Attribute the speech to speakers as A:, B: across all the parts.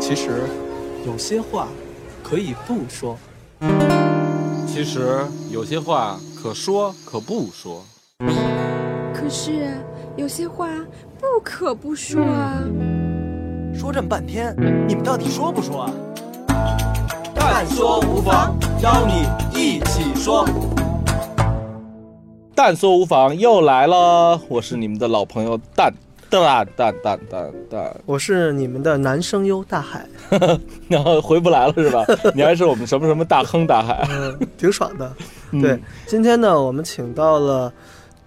A: 其实，有些话可以不说。
B: 其实有些话可说可不说。
C: 可是有些话不可不说啊。
D: 说这么半天，你们到底说不说啊？
E: 但说无妨，邀你一起说。
F: 但说无妨又来了，我是你们的老朋友蛋蛋蛋蛋蛋蛋，
G: 我是你们的男声优大海，
F: 然后回不来了是吧？你还是我们什么什么大亨大海，
G: 嗯，挺爽的。
H: 嗯
G: 对，今天呢，我们请到了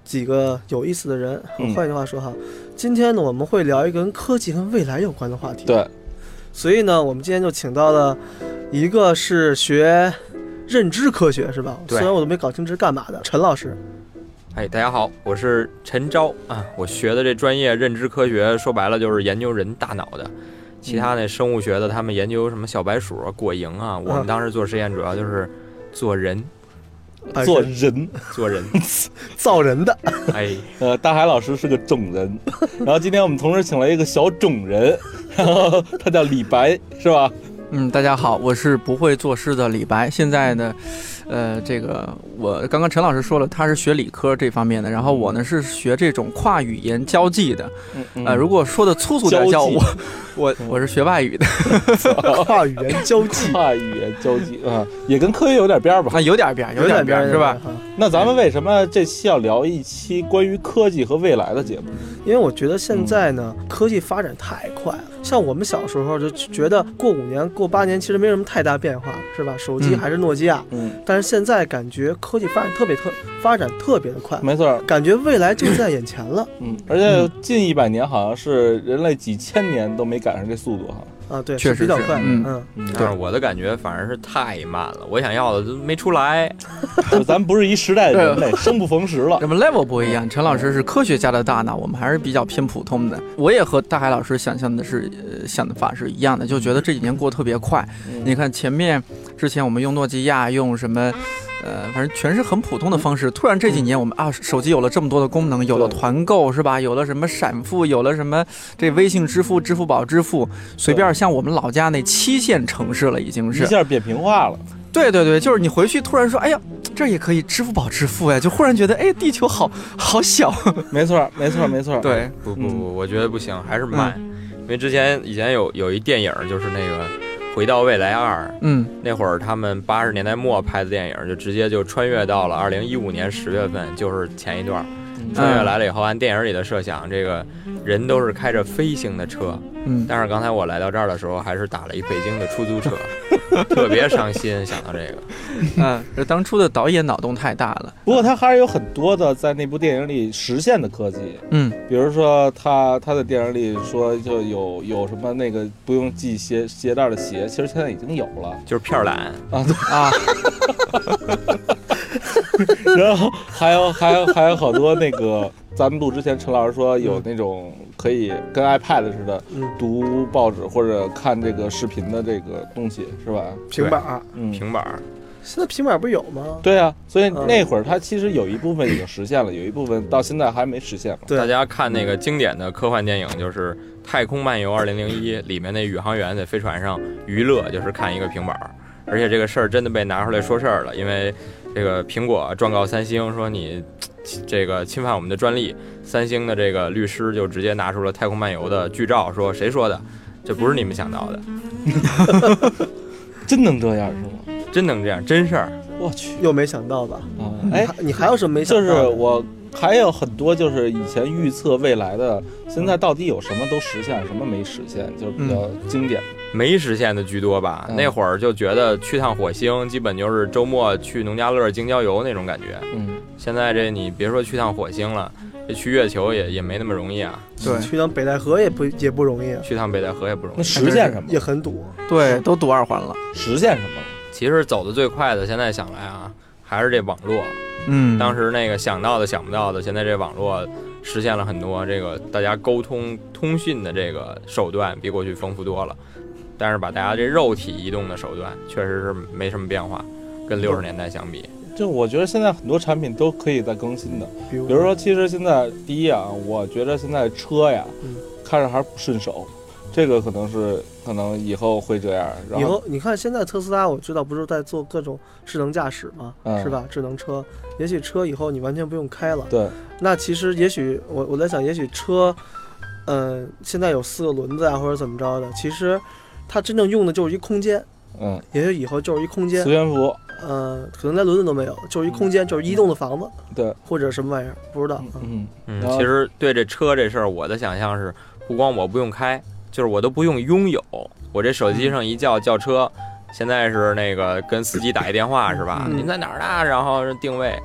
G: 几个有意思的人。
F: 嗯
G: 换句话说哈，今天呢，我们会聊一个跟科技跟未来有关的话题。，
F: 对，
G: 所以呢，我们今天就请到了一个是学认知科学是吧？
I: 对
G: 虽然我都没搞清这是干嘛的，陈老师。
I: 哎，大家好，我是陈昭啊，我学的这专业认知科学，说白了就是研究人大脑的。其他那生物学的，他们研究什么小白鼠啊、果蝇啊，我们当时做实验主要就是做人，
G: 哎
F: 做
G: 是
F: 人，
I: 做 人。
G: 造人 的，
I: 哎，
F: 呃，大海老师是个种人，然后今天我们同时请来一个小种人，然后他叫李白，是吧？
H: 嗯，大家好，我是不会作诗的李白。现在呢，呃，这个我刚刚陈老师说了，他是学理科这方面的，然后我呢是学这种跨语言交际的。呃，如果说的粗俗点儿，
F: 交
H: 叫
F: 际
H: 我我我是学外语的，
G: 跨语言交际，
F: 跨语言交际啊、也跟科学有点边儿吧。
H: 啊，有点儿边儿，有点儿
G: 点
H: 边儿
G: 边
H: 是吧？？
F: 那咱们为什么这期要聊一期关于科技和未来的节目？
G: 因为我觉得现在呢，
H: 嗯
G: 科技发展太快了。像我们小时候就觉得过五年、过八年其实没什么太大变化，是吧？手机
H: 嗯
G: 还是诺基亚，
F: 嗯，
G: 但是现在感觉科技发展特别特发展特别的快，
F: 没错儿，
G: 感觉未来就在眼前了
F: 嗯，而且近一百年好像是人类几千年都没赶上这速度哈。
G: 啊！对，
H: 确实
G: 比较
H: 是
G: 快，
H: 嗯
G: 嗯，
I: 但是我的感觉反而是太慢了，我想要的都没出来。
F: 就是 咱不是一时代的人类，生不逢时了
H: 那。么 level 不一样，陈老师是科学家的大脑，我们还是比较偏普通的。我也和大海老师想象的是、呃、想法是一样的，就觉得这几年过得特别快。
F: 嗯
H: 你看前面之前我们用诺基亚，用什么，呃，反正全是很普通的方式。突然这几年我们啊，手机有了这么多的功能，有了
F: 对
H: 团购是吧？有了什么闪付，有了什么这微信支付、支付宝支付，随便像我们老家那七线城市了，已经是
F: 一。下扁平化了，
H: 对对对，就是你回去突然说，哎呀，这也可以支付宝支付呀，就忽然觉得，哎，地球好好小。 啊
F: 没错儿，没错儿，没错。，
H: 对，
I: 不不不，我觉得不行，还是慢。因为之前以前有有一电影就是那个《回到未来二》，
H: 嗯，
I: 那会儿他们八十年代末拍的电影，就直接就穿越到了二零一五年十月份，就是前一段儿
H: 嗯
I: 穿越来了以后，按电影里的设想，这个人都是开着飞行的车，
H: 嗯，
I: 但是刚才我来到这儿的时候，还是打了一北京的出租车，特别伤心，想到这个。
H: 嗯，这当初的导演脑洞太大了。
F: 不过它还是有很多的在那部电影里实现的科技，
H: 嗯，
F: 比如说他他在电影里说就有有什么那个不用系鞋鞋带的鞋，其实现在已经有了。
I: 就是片儿懒，
H: 啊，
F: 然后还有还有还有好多那个，咱们录之前陈老师说有那种可以跟 iPad 似的
G: 嗯
F: 读报纸或者看这个视频的这个东西是吧？
G: 平板儿，
F: 嗯，
I: 平板儿，
G: 现在平板儿不是有吗？
F: 对啊，所以
G: 嗯
F: 那会儿它其实有一部分已经实现了，有一部分到现在还没实现嘛。
G: 对
I: 大家看那个经典的科幻电影，就是《太空漫游二零零一》里面那宇航员在飞船上娱乐，就是看一个平板儿。而且这个事儿真的被拿出来说事儿了，因为这个苹果状告三星说你嘖这个侵犯我们的专利，三星的这个律师就直接拿出了《太空漫游》的剧照，说谁说的？这不是你们想到的，
F: 真能这样是吗？
I: 真能这样，真事儿。
F: 我去
G: 又没想到吧？
F: 啊！
G: 你
F: 哎，
G: 还，你还有什么没想
F: 就
G: 到
F: 是
G: 的？
F: 我还有很多就是以前预测未来的，现在到底有什么都实现，什么没实现，就是比较经典。
I: 没实现的居多吧？
F: 嗯
I: 那会儿就觉得去趟火星，基本就是周末去农家乐京郊游那种感觉。
F: 嗯，
I: 现在这你别说去趟火星了，这去月球也也没那么容易啊，
H: 对
G: 去趟北戴河也不也不容易，
I: 去趟北戴河也不容
F: 那
I: 易。
F: 实现什么？
G: 也很堵。
H: 对，都读二环了。
F: 实现什么了？
I: 其实走的最快的，现在想来啊，还是这网络。
H: 嗯，
I: 当时那个想到的、想不到的，现在这网络实现了很多这个大家沟通通讯的这个手段，比过去丰富多了。但是把大家这肉体移动的手段，确实是没什么变化，跟六十年代相比。
F: 就我觉得现在很多产品都可以再更新的，
G: 比如
F: 比如说，其实现在第一啊，我觉得现在车呀
G: 嗯，
F: 开着还是不顺手。这这个可能是可能以后会这样。然
G: 以后你看，现在特斯拉我知道不是在做各种智能驾驶嘛，
F: 嗯
G: 是吧？智能车，也许车以后你完全不用开了。
F: 对，
G: 那其实也许我我在想，也许车，嗯、现在有四个轮子啊，或者怎么着的，其实它真正用的就是一空间，
F: 嗯，
G: 也许以后就是一空间
F: 磁，悬浮，
H: 啊
G: 嗯、可能连轮子都没有，就是一空间，就是移动的房子
H: 嗯
F: 对，
G: 或者什么玩意儿，不知道。嗯
F: 嗯，
I: 嗯
F: 然，后
I: 其实对这车这事儿，我的想象是，不光我不用开，就是我都不用拥有，我这手
F: 嗯
I: 机上一叫叫车，现在是那个跟司机打一电话是吧？
G: 嗯
I: 您在哪儿呢？然后定位，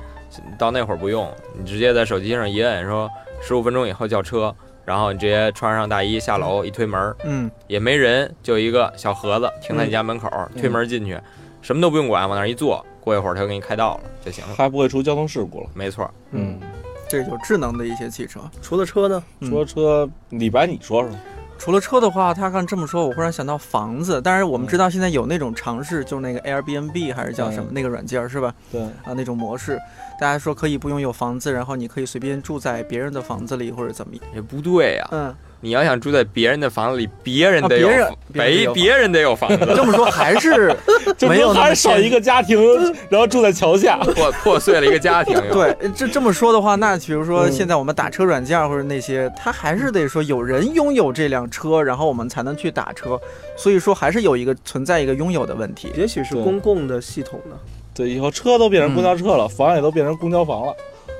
I: 到那会儿不用，你直接在手机上一摁，说十五分钟以后叫车，然后你直接穿上大衣下楼，一推门儿
H: 嗯，
I: 也没人，就一个小盒子停在
F: 嗯
I: 你家门口，推门进去，什么都不用管，往那儿一坐，过一会儿他就给你开到了就行了。
F: 还不会出交通事故了。
I: 没错，
F: 嗯，
H: 这就是智能的一些汽车。
G: 除了车呢？
H: 嗯
F: 说车，李白你说说，
H: 除了车的话，他看这么说，我忽然想到房子。当然，我们知道现在有那种尝试，就是那个 Airbnb 还是叫什么
F: 嗯
H: 那个软件儿是吧？
F: 对，
H: 啊，那种模式，大家说可以不拥有房子，然后你可以随便住在别人的房子里或者 怎么样。
I: 也不对呀、
H: 嗯，
I: 你要想住在别人的房子里，别人得有，
H: 啊别
I: 别
H: 人别人得有房
I: 别人得有房子，
H: 这么说 还是
F: 这
H: 没有
F: 不
H: 那么嗯
F: 还是少
H: 偏
F: 一个家庭，然后住在桥下。
I: 破破碎了一个家庭。，
H: 对。这这么说的话，那比如说
F: 嗯
H: 现在我们打车软件儿或者那些，他还是得说有人拥有这辆车，然后我们才能去打车。所以说还是有一个存在一个拥有的问题。
G: 也许是
F: 对
G: 公共的系统呢。
F: 对，以后车都变成公交车了，房也都变成公交房了，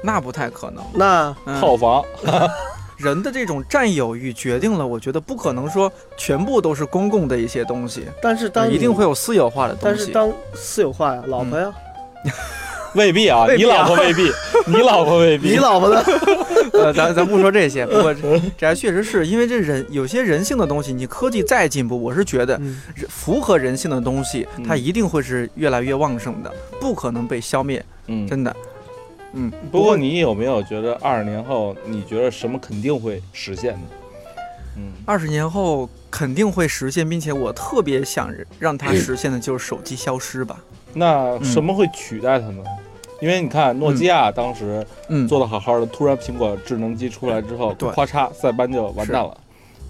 H: 那不太可能。
G: 那
H: 嗯
F: 套房。
H: 人的这种占有欲决定了，我觉得不可能说全部都是公共的一些东西，
G: 但是当
H: 一定
G: 你
H: 会，有私有化的东
G: 但
H: 西。
G: 是当私有化呀，老婆呀，
F: 未必啊，
H: 未
F: 你
H: 必啊
F: 老婆未 必，你老婆
H: 嗯
F: 未必，
G: 你老婆呢？
H: 呃，咱咱不说这 些，不过这这还确实是因为这人有些人性的东西，你科技再进步，我是觉得
G: 嗯
H: 人符合人性的东西，它
F: 嗯
H: 一定会是越来越旺盛的，
G: 嗯
H: 不可能被消灭，
F: 嗯，
H: 真的。嗯，
F: 不过你有没有觉得二十年后，你觉得什么肯定会实现的？嗯，
H: 二十年后肯定会实现，并且我特别想让
G: 嗯
H: 它实现的就是手机消失吧。
F: 那什么会取代它呢？因为你看，诺基亚当时
H: 嗯，
F: 做的好好的，突然苹果智能机出来之后，
H: 对
F: 咔嚓，塞班就完蛋了。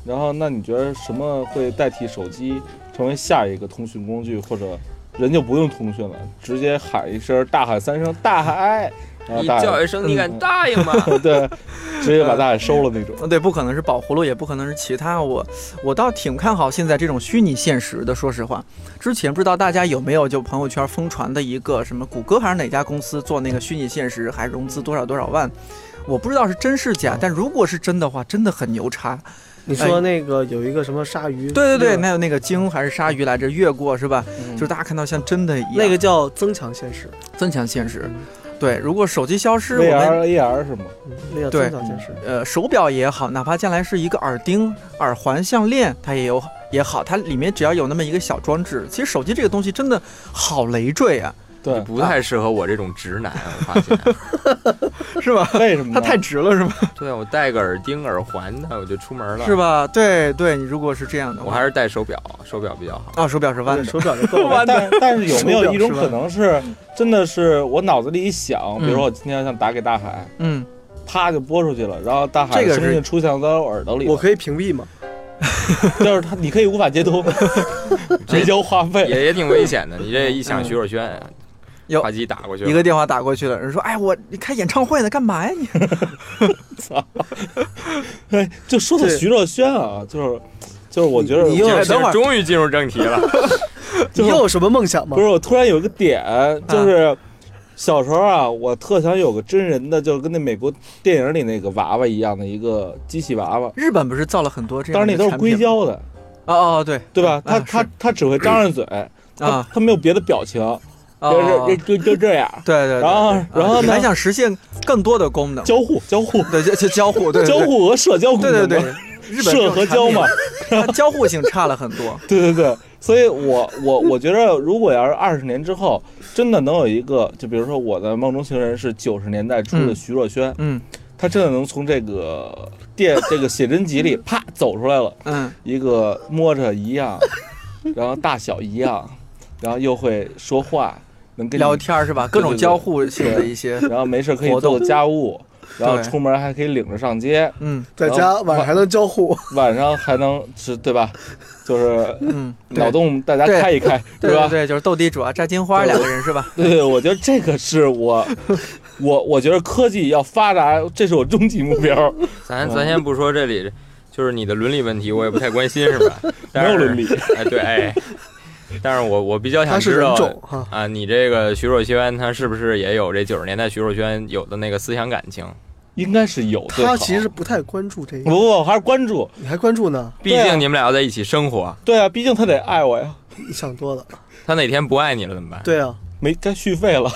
F: 然后，那你觉得什么会代替手机成为下一个通讯工具，或者人就不用通讯了，直接喊一声，大喊三声“大海”，然后
I: 你
F: 大
I: 叫
F: 海
I: 一声，你敢
F: 嗯
I: 答应吗？
F: 对，直接把大海收了那种。
H: 呃，对，不可能是宝葫芦，也不可能是其他。我我倒挺看好现在这种虚拟现实的。说实话，之前不知道大家有没有就朋友圈疯传的一个什么谷歌还是哪家公司做那个虚拟现实，还融资多少多少万。我不知道是真是假，但如果是真的话，真的很牛叉。
G: 你说那个有一个什么鲨鱼？
H: 哎对对
G: 那
H: 对，
G: 嗯
H: 那有那个鲸还是鲨鱼来着，越过是吧？就是大家看到像真的一样，
G: 个那个叫增强现实，
H: 增强现实。对，如果手机消失，我们
F: VR AR 是吗？
G: 嗯那叫
H: 对
G: 增强现实。
H: 呃手表也好，哪怕将来是一个耳钉、耳环、项链，它也有也好，它里面只要有那么一个小装置，其实手机这个东西真的好累赘啊，
F: 对，
I: 不太适合我这种直男，我发现。
H: 是吧？
F: 为什么呢？
H: 它太直了，是吧？
I: 对，我戴个耳钉、耳环的，我就出门了。
H: 是？吧？对对，你如果是这样的话，
I: 我还是戴手表，手表比较好。
H: 哦，手表是 弯
G: 对，
H: 的，
G: 手表就够了。
F: 但但但是有没有一种
G: 手表是吧
F: 可能是，真的是我脑子里一想，比如
H: 嗯
F: 说我今天想打给大海，
H: 嗯，
F: 啪就拨出去了，然后大海
H: 这
F: 的
H: 个是
F: 声音出现在我耳朵里了，
G: 我可以屏蔽吗？
F: 就是他，你可以无法接通，
I: 这
F: 没交话费，
I: 也也挺危险的，你这一想徐若瑄，
H: 有
I: 吧唧打过去了，
H: 一个电话打过去了，人说，哎，我你开演唱会呢，干嘛呀你？
F: 哎，就说到
G: 对
F: 徐若瑄啊，就是就是我觉得
G: 你你又
I: 这
G: 等会
I: 这
G: 儿
I: 终于进入正题了。
G: 你又有什么梦想吗
F: 不？是，我突然有一个点，
H: 啊
F: 就是小时候啊，我特想有个真人的，就是跟那美国电影里那个娃娃一样的一个机器娃娃，
H: 日本不是造了很多这
F: 当
H: 样
F: 然
H: 的
F: 那
H: 产品
F: 都
H: 吗，
F: 是硅胶的，
H: 哦哦对
F: 对吧？他
H: 啊
F: 他
H: 是
F: 他只会张着嘴，他
H: 啊，
F: 他没有别的表情，
H: 哦哦
F: 就是
H: 对
F: 就就就这样，
H: 对对，
F: 然后
H: 对啊
F: 然后
H: 你
F: 呢
H: 还想实现更多的功能，
F: 交互交互
H: 对就就交互，对对
F: 交
H: 对
F: 互和社交功
H: 对
F: 能
H: 对
F: 嘛，
H: 对，日本
F: 社和交嘛，
H: 它交互性差了很多。
F: 对对对，所以我我我觉得，如果要是二十年之后，真的能有一个，就比如说我的梦中情人是九十年代初的
H: 嗯
F: 徐若瑄，
H: 嗯
F: 她真的能从这个电 这个写真集里啪走出来了，
H: 嗯，
F: 一个摸着一 样，然后大小一样，然后又会说话，能跟你
H: 聊，天儿是吧？各种交互性的一些，
F: 然后没事可以
H: 活动
F: 做做家务，然后
H: 对
F: 出门还可以领着上街，
H: 嗯
G: 在家晚上还能交互，
F: 晚上还能是，对吧？就是
H: 嗯，
F: 脑洞大家
H: 对
F: 开一开，
H: 对
F: 吧
H: 对？对，就是斗地主啊，摘金花两个人是吧？
F: 对对，我觉得这个是我，我我觉得科技要发达，这是我终极目标，嗯
I: 咱咱先不说这里，就是你的伦理问题，我也不太关心，是吧？
F: 没
I: 但是
F: 有伦理。
I: 哎，对，哎，但是我我比较
G: 它
I: 想
G: 是
I: 知
G: 人
I: 道
G: 种哈。
I: 啊，你这个徐若瑄，她是不是也有这九十年代徐若瑄有的那个思想感情？
F: 应该是有。对
G: 他
F: 好
G: 其实不太关注这
F: 不
G: 个，
F: 不，我还是关注。
G: 你还关注呢？
I: 毕
F: 对啊
I: 竟你们俩要在一起生活，
F: 对啊，毕竟他得爱我呀，
G: 你想多了。
I: 她哪天不爱你了怎么办？
G: 对啊，
F: 没该续费了。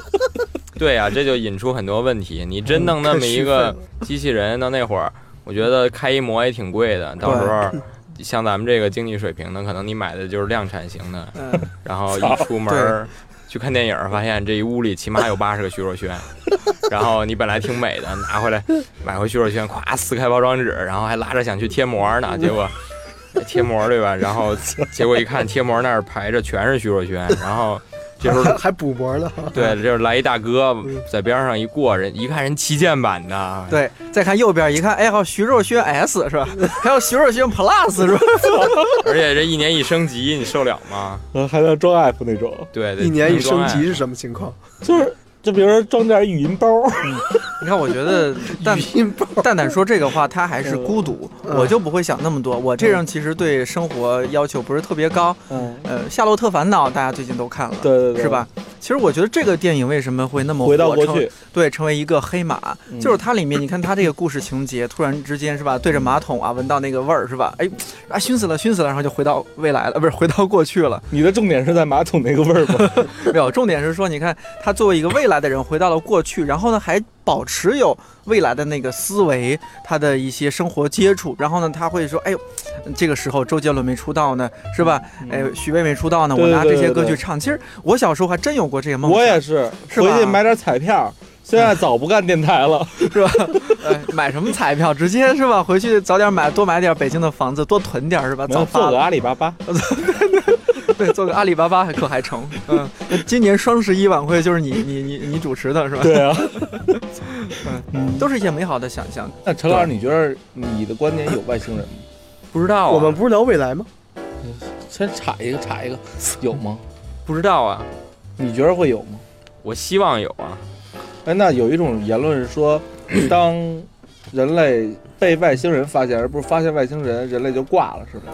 I: 对呀、这就引出很多问题。你真弄那么一个机器人，到那会儿，我觉得开一模也挺贵的。到时候 像咱们这个经济水平呢，可能你买的就是量产型的，
H: 嗯，
I: 然后一出门儿去看电影儿，发现这一屋里起码有八十个徐若瑄， 然后你本来挺美的，拿回来买回徐若瑄，咵撕开包装纸，然后还拉着想去贴膜呢，结果贴膜对吧？然后结果一看贴膜那儿排着全是徐若瑄，然后这时候
G: 还还补膜呢哈。
I: 对，就是来一大哥
G: 嗯
I: 在边上一过，人一看人旗舰版的，，啊
H: 对。再看右边一看，哎，还有徐若瑄 S 是吧？还有徐若瑄 Plus 是吧？
I: 而且这一年一升级，你受了吗？
F: 呃，还在装 app 那种，
I: 对，得
G: 一年一升级
I: 装
G: 是什么情况？
F: 就是就比如说装点语音包，
H: 你看，我觉得蛋
G: 音包
H: 蛋蛋说这个话，他还是孤独，
G: 嗯
H: 我就不会想那么多。我这人其实对生活要求不是特别高。
F: 嗯，
H: 呃，《夏洛特烦恼》大家最近都看了，
F: 对对对，
H: 是吧？？其实我觉得这个电影为什么会那么火
F: 回到过
H: 成
F: 去，
H: 对，成为一个黑马，
F: 嗯
H: 就是它里面，你 看它这个故事情节，突然之间是吧，对着马桶
F: 嗯
H: 啊，闻到那个味儿是吧？哎，啊，熏死了，熏死了，然后就回到未来了，不是回到过去 了。
F: 你的重点是在马桶那个味儿 吗？
H: 没有，重点是说，你看他作为一个未来的人回到了过去，然后呢还保持有未来的那个思维，他的一些生活接触，然后呢他会说，哎呦，这个时候周杰伦没出道呢，是吧？哎，许巍没出道呢，我
F: 对
H: 拿
F: 对
H: 这些
F: 嗯对
H: 歌
F: 对
H: 去唱。其实我小时候还真有过这个梦想，
F: 我也是，
H: 是
F: 回
H: 吧
F: 去买点彩票。现在早不干电台了，
H: 是吧？呃，买什么彩票？ 直接是吧？回去早点买，多买点北京的房子，多囤点是吧？
F: 没
H: 早
F: 有
H: 发
F: 做个
H: 了，
F: 阿里巴 巴，
H: 对，做个阿里巴巴可还成。嗯，今年双十一晚会就是你你你你主持的是吧？
F: 对啊。
H: 都是一些美好的想象。
F: 那陈老师，你觉得你的观点有外星人吗？
I: 不知道、啊，
G: 我们不是聊未来吗？
F: 先插一个，插一个，有吗？
I: 不知道啊，
F: 你觉得会有吗？
I: 我希望有啊，
F: 哎，那有一种言论是说，当人类被外星人发现，而不是发现外星人，人类就挂了，是吗？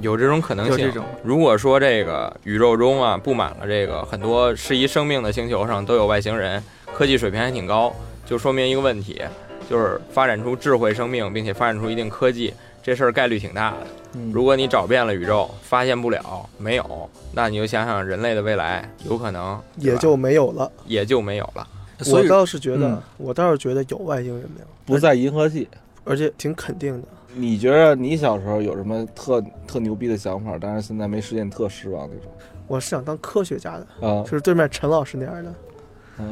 I: 有这种可能
H: 有
I: 性啊
H: 这。种
I: 如果说这个宇宙中啊布满了这个很多适宜生命的星球上都有外星人，科技水平还挺高，就说明一个问题，就是发展出智慧生命，并且发展出一定科技，这事儿概率挺大的。
F: 嗯
I: 如果你找遍了宇宙，发现不了没有，那你就想想人类的未来，有可能
G: 也
I: 对吧
G: 就没有了。
I: 也就没有了。
H: 所
G: 我
H: 以
G: 倒是觉
F: 嗯
G: 得，我倒是觉得有外星人没有，
F: 不在银河系。
G: 而且挺肯定的。
F: 你觉得你小时候有什么特特牛逼的想法，但是现在没实现，特失望那种？
G: 我是想当科学家的，
F: 啊嗯
G: 就、是对面陈老师那样的。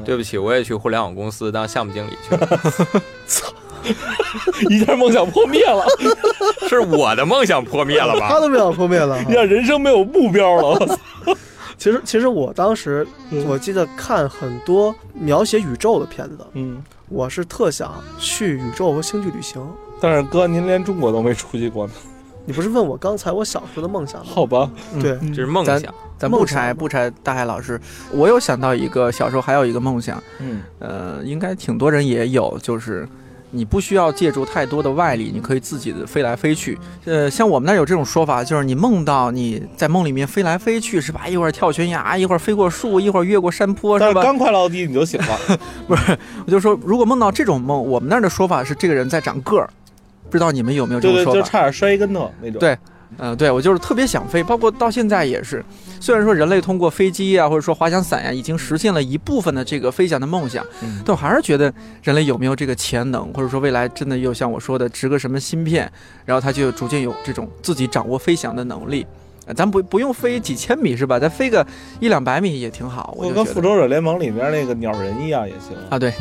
I: 对不起，我也去互联网公司当项目经理去了，
F: 一下梦想破灭了，
I: 是我的梦想破灭 了
G: 他
I: 吧？
G: 都没有破灭了哈
F: 一。 下人生没有目标 了。
G: 其实，其实我当时我记得看很多描写宇宙的片子，
F: 嗯，
G: 我是特想去宇宙和星际旅行。
F: 但是哥，您连中国都没出去 过呢，
G: 你不是问我刚才我小时候的梦想吗？
F: 好吧？
G: 对，
I: 这是梦
H: 咱
I: 想，
H: 咱嗯不
G: 梦想
H: 拆
G: 嘛
H: 不拆大海老师，我有想到一个小时候还有一个梦想，
F: 嗯
H: 呃，应该挺多人也有，就是你不需要借助太多的外力，你可以自己的飞来飞去。呃，像我们那儿有这种说法，就是你梦到你在梦里面飞来飞去，是吧？一会儿跳悬崖，一会儿飞过树，一会儿越过山坡，
F: 但
H: 是
F: 是
H: 吧？
F: 刚快落地你就醒了，
H: 我就说，如果梦到这种梦，我们那儿的说法是这个人在长个儿，不知道你们有 没有这
F: 对
H: 种
F: 对，
H: 说法？
F: 就差点摔一跟头那种。
H: 对嗯、对我就是特别想飞，包括到现在也是。虽然说人类通过飞机啊，或者说滑翔伞呀、已经实现了一部分的这个飞翔的梦想，
F: 嗯
H: 但我还是觉得人类有没有这个潜能，或者说未来真的又像我说的植个什么芯片，然后它就逐渐有这种自己掌握飞翔的能力。呃咱不不用飞几千米是吧？咱飞个一两百米也挺好，我
F: 我
H: 就
F: 跟
H: 觉
F: 复
H: 得
F: 仇者联盟里面那个鸟人一样也行，
H: 啊，对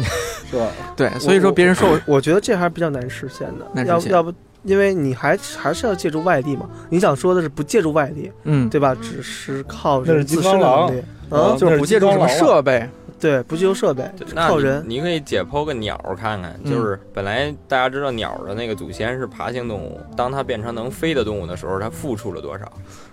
F: 是吧？
H: 对，所以说别人说 我
G: 我觉得这还是比较难实现的。
H: 难实
G: 要
H: 现
G: 要不，因为你还还是要借助外力嘛。你想说的是不借助外力，
H: 嗯，
G: 对吧？只是靠
F: 那是
G: 人
F: 金
G: 自
F: 刚
G: 身的
F: 狼
G: 能力
F: 啊
G: 啊，
H: 就是不借助什么设备，
G: 对，不具有设备，
I: 那
G: 靠人。嗯
I: 你你可以解剖个鸟儿看看，就是本来大家知道鸟儿的那个祖先是爬行动物，当它变成能飞的动物的时候，它付出了多少？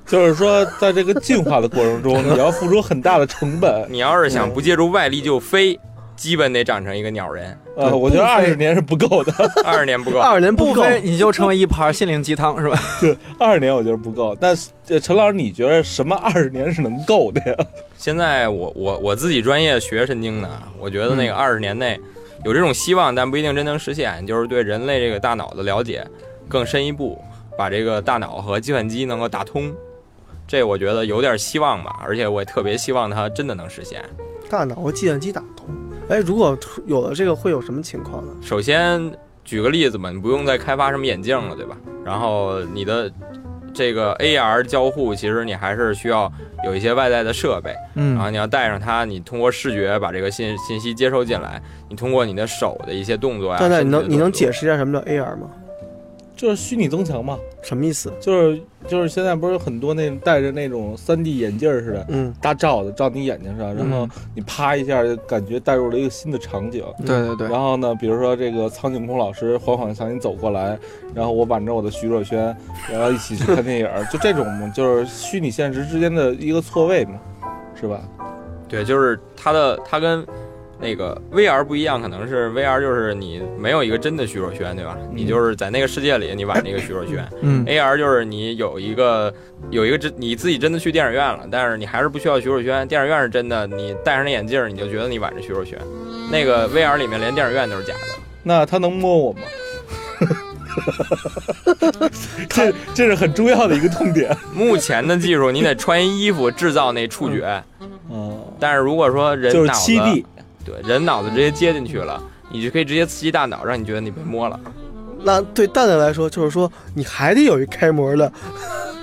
F: 就是说，在这个进化的过程中，你要付出很大的成本。
I: 你要是
G: 嗯
I: 想不借助外力就飞，基本得长成一个鸟人，
F: 呃，我觉得二十年是不够的，
I: 二十年不 够。
G: 二年
H: 不
G: 不够，
H: 分你就成为一盘心灵鸡汤是吧？
F: 二十年我觉得不够。但是呃陈老师，你觉得什么二十年是能够的呀？
I: 现在我我我自己专业学神经的，我觉得
G: 嗯
I: 那个二十年内有这种希望，但不一定真能实现，就是对人类这个大脑的了解更深一步，把这个大脑和计算机能够打通，这我觉得有点希望吧，而且我也特别希望它真的能实现。
G: 大脑和计算机打通。哎，如果突有了这个，会有什么情况呢？
I: 首先举个例子嘛，你不用再开发什么眼镜了，对吧？然后你的这个 AR 交互，其实你还是需要有一些外在的设备，然后
F: 啊
H: 嗯，
I: 你要带上它，你通过视觉把这个信信息接收进来，你通过你的手的一些动
H: 啊
I: 作呀、
G: 蛋蛋，你能你能解
I: 释？
G: 释一下什么叫 AR 吗？
F: 就是虚拟增强嘛，
G: 什么意思？
F: 就是就是现在不是有很多那种戴着那种三 D 眼镜儿似的，
G: 嗯，
F: 大罩子罩你眼睛上，然后你啪一下就感觉带入了一个新的场景。
G: 嗯
H: 对对对，
F: 然后呢，比如说这个苍井空老师缓缓向你走过来，然后我挽着我的徐若瑄，然后一起去看电影儿，就这种就是虚拟现实之间的一个错位嘛，是吧？
I: 对，就是它的它跟那个 VR 不一样，可能是 VR 就是你没有一个真的徐若瑄，对吧？
G: 嗯
I: 你就是在那个世界里，你玩那个徐若瑄。
H: 嗯
I: AR 就是你有一个有一个真你自己真的去电影院了，但是你还是不需要徐若瑄，电影院是真的，你戴上那眼镜儿你就觉得你挽着徐若瑄。那个
F: 嗯
I: VR 里面连电影院都是假的，
F: 那他能 摸我吗？这这是很重要的一个痛点。
I: 目前的技术你得穿衣服制造那触觉，
F: 嗯，
I: 但是如果说人
F: 就是
I: 脑子
F: 七 D，
I: 对人脑子直接接进去了，你就可以直接刺激大脑，让你觉得你被摸了。
G: 那对蛋蛋来说，就是说你还得有一开模的，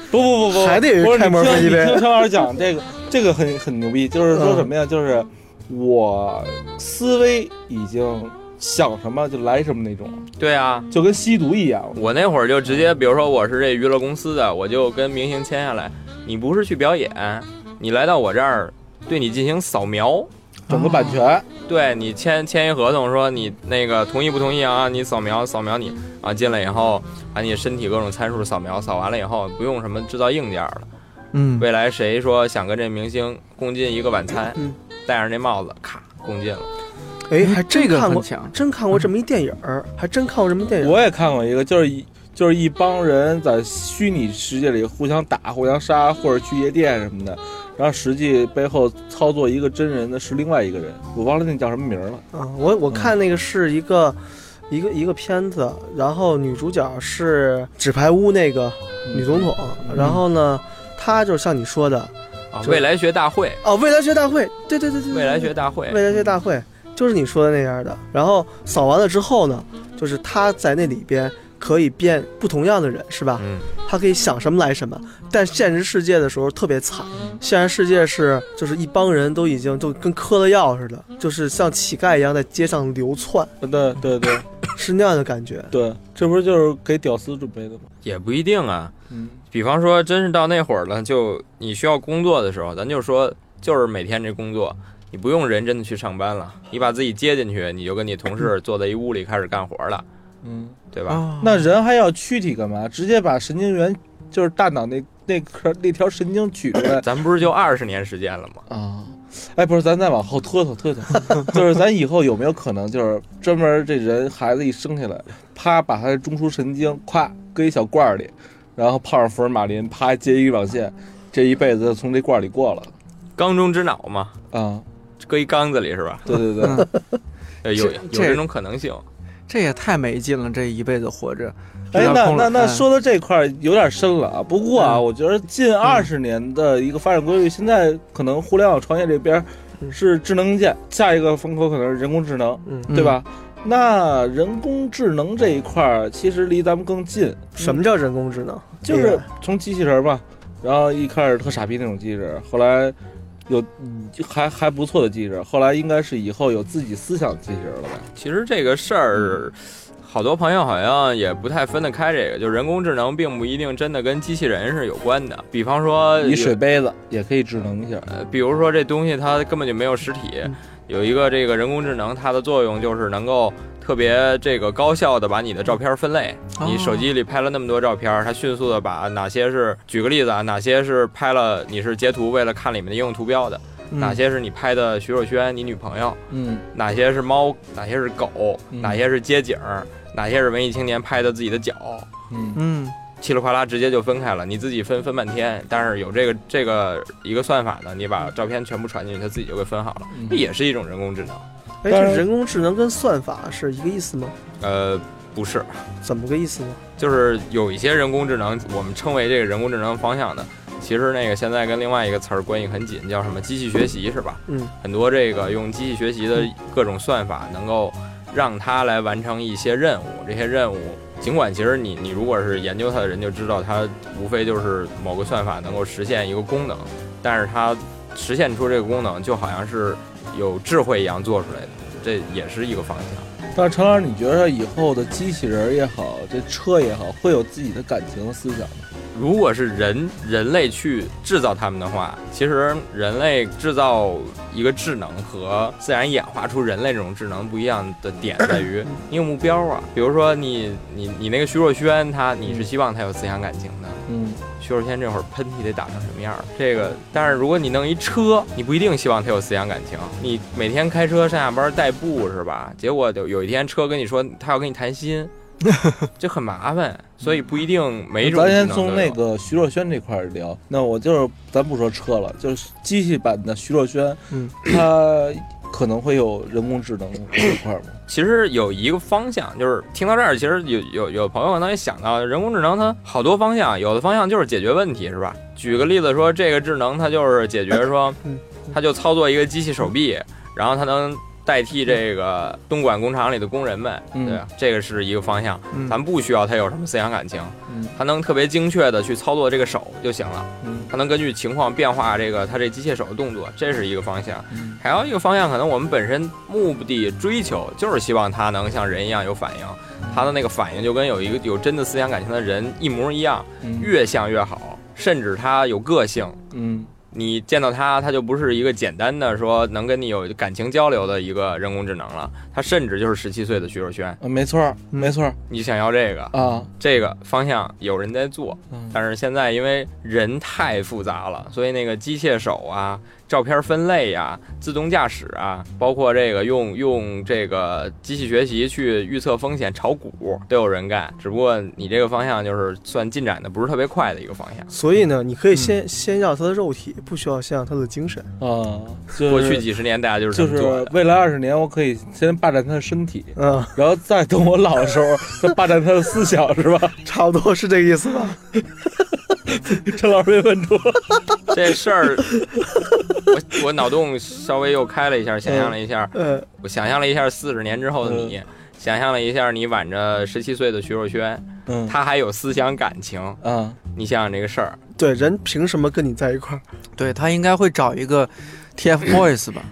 F: 不不不不，
G: 还得有一
F: 不是
G: 开门
F: 你听
G: 飞机
F: 你
G: 呗嗯
F: 听陈老师讲这个，这个很很牛逼，就是说什么呀？就是我思维已经想什么就来什么那种，
I: 对啊，
F: 就跟吸毒一样。
I: 我那会儿就直接，比如说我是这娱乐公司的，我就跟明星签下来，你不是去表演，你来到我这儿，对你进行扫描，
F: 整个版权，
G: 哦
I: 对你签签一合同，说你那个同意不同意啊？你扫描扫描你啊，进来以后把你身体各种参数扫描，扫完了以后不用什么制造硬件了。
H: 嗯，
I: 未来谁说想跟这明星共进一个晚餐
G: 嗯，
I: 戴上这帽子，咔共进了。
G: 哎，还真
H: 嗯这个
G: 看
H: 很
G: 过，
H: 强，
G: 真看过
I: 嗯
G: 这么一电影儿，还真看过这么一电影儿。
F: 我也看过一个，就是一就是一帮人在虚拟世界里互相打、互相杀，或者去夜店什么的，然后实际背后操作一个真人的是另外一个人，我忘了那叫什么名儿了。
G: 啊，我
I: 嗯
G: 我看那个是一个。一个一个片子，然后女主角是《纸牌屋》那个嗯女总统，
I: 嗯
G: 然后呢，她就像你说的，
I: 啊，
G: 就
I: 未来学大会，
G: 哦，未来学大会，对对对对，对
I: 未来学大会，
G: 未来学大会就是你说的那样的。然后扫完了之后呢，就是他在那里边可以变不同样的人，是吧？
I: 嗯，
G: 他可以想什么来什么。但现实世界的时候特别惨，现实世界是就是一帮人都已经就跟嗑了药似的，就是像乞丐一样在街上流窜，
F: 嗯对对对
G: 是那样的感觉。
F: 对，这不是就是给屌丝准备的吗？
I: 也不一定啊。
F: 嗯，
I: 比方说，真是到那会儿了，就你需要工作的时候，咱就说，就是每天这工作，你不用人真的去上班了，你把自己接进去，你就跟你同事坐在一屋里开始干活了，
F: 嗯，
I: 对吧？
H: 啊
F: 那人还要躯体干嘛？直接把神经元，就是大脑那那颗那条神经取出来
I: 咱不是就二十年时间了吗？
F: 啊。哎，不是，咱再往后推推推推， 就是咱以后有没有可能，就是专门这人孩子一生下来，啪把他的中枢神经咵搁一小罐儿里，然后泡上福尔马林，啪接一网线，这一辈子就从这罐儿里过了
I: 缸中之脑嘛，
F: 啊！
I: 搁一缸子里是吧？
F: 对对对，
H: 嗯
I: 呃有
H: 这
I: 有
H: 这
I: 这种可能性。
H: 这也太没劲了，这一辈子活着。
F: 哎，
H: 有点
F: 那
H: 空
F: 那
H: 了
F: 那
H: 哎
F: 说到这块儿有点深了啊。不过啊，
H: 嗯
F: 我觉得近二十年的一个发展规律，现在可能互联网创业这边儿
G: 嗯
F: 是智能硬件，下一个风口可能是人工智能，
G: 嗯，
H: 嗯
F: 对吧？那人工智能这一块儿其实离咱们更近，
G: 什么叫人工智能？哎
F: 就是从机器人儿吧，然后一开始特傻逼那种机器人儿，后来有嗯还还不错的机器人儿，后来应该是以后有自己思想的机器人儿了吧？
I: 其实这个事儿，好多朋友好像也不太分得开。这个就人工智能并不一定真的跟机器人是有关的。比方说，
F: 呃你水杯子也可以智能一下，
I: 呃，比如说这东西它根本就没有实体，有一个这个人工智能，它的作用就是能够特别这个高效的把你的照片分类。
H: 哦
I: 你手机里拍了那么多照片，它迅速的把哪些是，举个例子啊，哪些是拍了你是截图为了看里面的应用图标的，哪些是你拍的徐若瑄你女朋友，
H: 嗯
I: 哪些是猫，哪些是狗，
H: 嗯
I: 哪些是街景，哪些是文艺青年拍的自己的脚，
F: 嗯
H: 嗯
I: 噼里啪啦直接就分开了，你自己分分半天。但是有这个这个一个算法呢，你把照片全部传进去，它自己就给分好了，
F: 嗯
I: 这也是一种人工智能。
G: 哎，
F: 当
G: 这
F: 然
G: 人工智能跟算法是一个意思吗？
I: 呃，不是，
G: 怎么个意思呢？
I: 就是有一些人工智能，我们称为这个人工智能方向的，其实那个现在跟另外一个词儿关系很紧，叫什么机器学习是吧？
G: 嗯，
I: 很多这个用机器学习的各种算法，能够让它来完成一些任务，这些任务。尽管其实你你如果是研究它的人就知道，它无非就是某个算法能够实现一个功能，但是它实现出这个功能就好像是有智慧一样做出来的，这也是一个方向。
F: 但是陈老师，你觉得以后的机器人儿也好，这车也好，会有自己的感情和思想吗？
I: 如果是人人类去制造它们的话，其实人类制造一个智能和自然演化出人类这种智能不一样的点在于，你有目标啊。比如说你你你那个徐若瑄，她你是希望她有思想感情的。
F: 嗯，
I: 徐若瑄这会儿喷嚏得打成什么样儿？这个，但是如果你弄一车，你不一定希望她有思想感情。你每天开车上下班代步是吧？结果就有一天车跟你说她要跟你谈心，这很麻烦，所以不一定每一种
F: 咱
I: 智能
F: 先
I: 都
F: 从那
I: 有
F: 个徐若瑄这块儿聊。那我就是，咱不说车了，就是机器版的徐若瑄，
G: 嗯，
F: 它可能会有人工智能这块儿吗？
I: 其实有一个方向，就是听到这儿，其实有有有朋友可能也想到，人工智能它好多方向，有的方向就是解决问题，是吧？举个例子说，这个智能它就是解决说
G: 嗯嗯，
I: 它就操作一个机器手臂，然后它能代替这个东莞工厂里的工人们，
F: 嗯
I: 对吧？这个是一个方向，
H: 嗯
I: 咱不需要它有什么思想感情
F: 嗯，
I: 它能特别精确的去操作这个手就行了
F: 嗯，
I: 它能根据情况变化这个它这机械手的动作，这是一个方向。
F: 嗯
I: 还有一个方向，可能我们本身目的追求就是希望他能像人一样有反应，他的那个反应就跟有一个有真的思想感情的人一模一样，
F: 嗯
I: 越像越好，甚至他有个性。
F: 嗯
I: 你见到他，他就不是一个简单的说能跟你有感情交流的一个人工智能了，他甚至就是十七岁的徐若瑄。
F: 啊，没错儿，没错儿
I: 你想要这个，
F: 啊，
I: 这个方向有人在做，
F: 嗯
I: 但是现在因为人太复杂了，所以那个机械手啊、照片分类呀、自动驾驶啊，包括这个用用这个机器学习去预测风险、炒股，都有人干。只不过你这个方向就是算进展的不是特别快的一个方向。
G: 所以呢，你可以先、
F: 嗯
G: 先要它的肉体，不需要先要它的精神。
F: 啊，就是
I: 哎过去几十年大家就是这
F: 就
I: 么
F: 是
I: 做的。
F: 未来二十年，我可以先霸占他的身体，
G: 嗯，
F: 然后再等我老的时候，再霸占他的思想，是吧？
G: 差不多是这个意思吧？
F: 陈老师被问住了。
I: 这 事儿，我我脑洞稍微又开了一下，想象了一
F: 嗯
I: 下，
G: 呃，
I: 我想象了一下四十年之后的你，想象了一下你挽着十七岁的徐若瑄，
F: 嗯
I: 她还有思想感情，
F: 啊，
I: 你想想这个事儿，
G: 对，人凭什么跟你在一块儿？
H: 对他应该会找一个 TFBOYS 吧？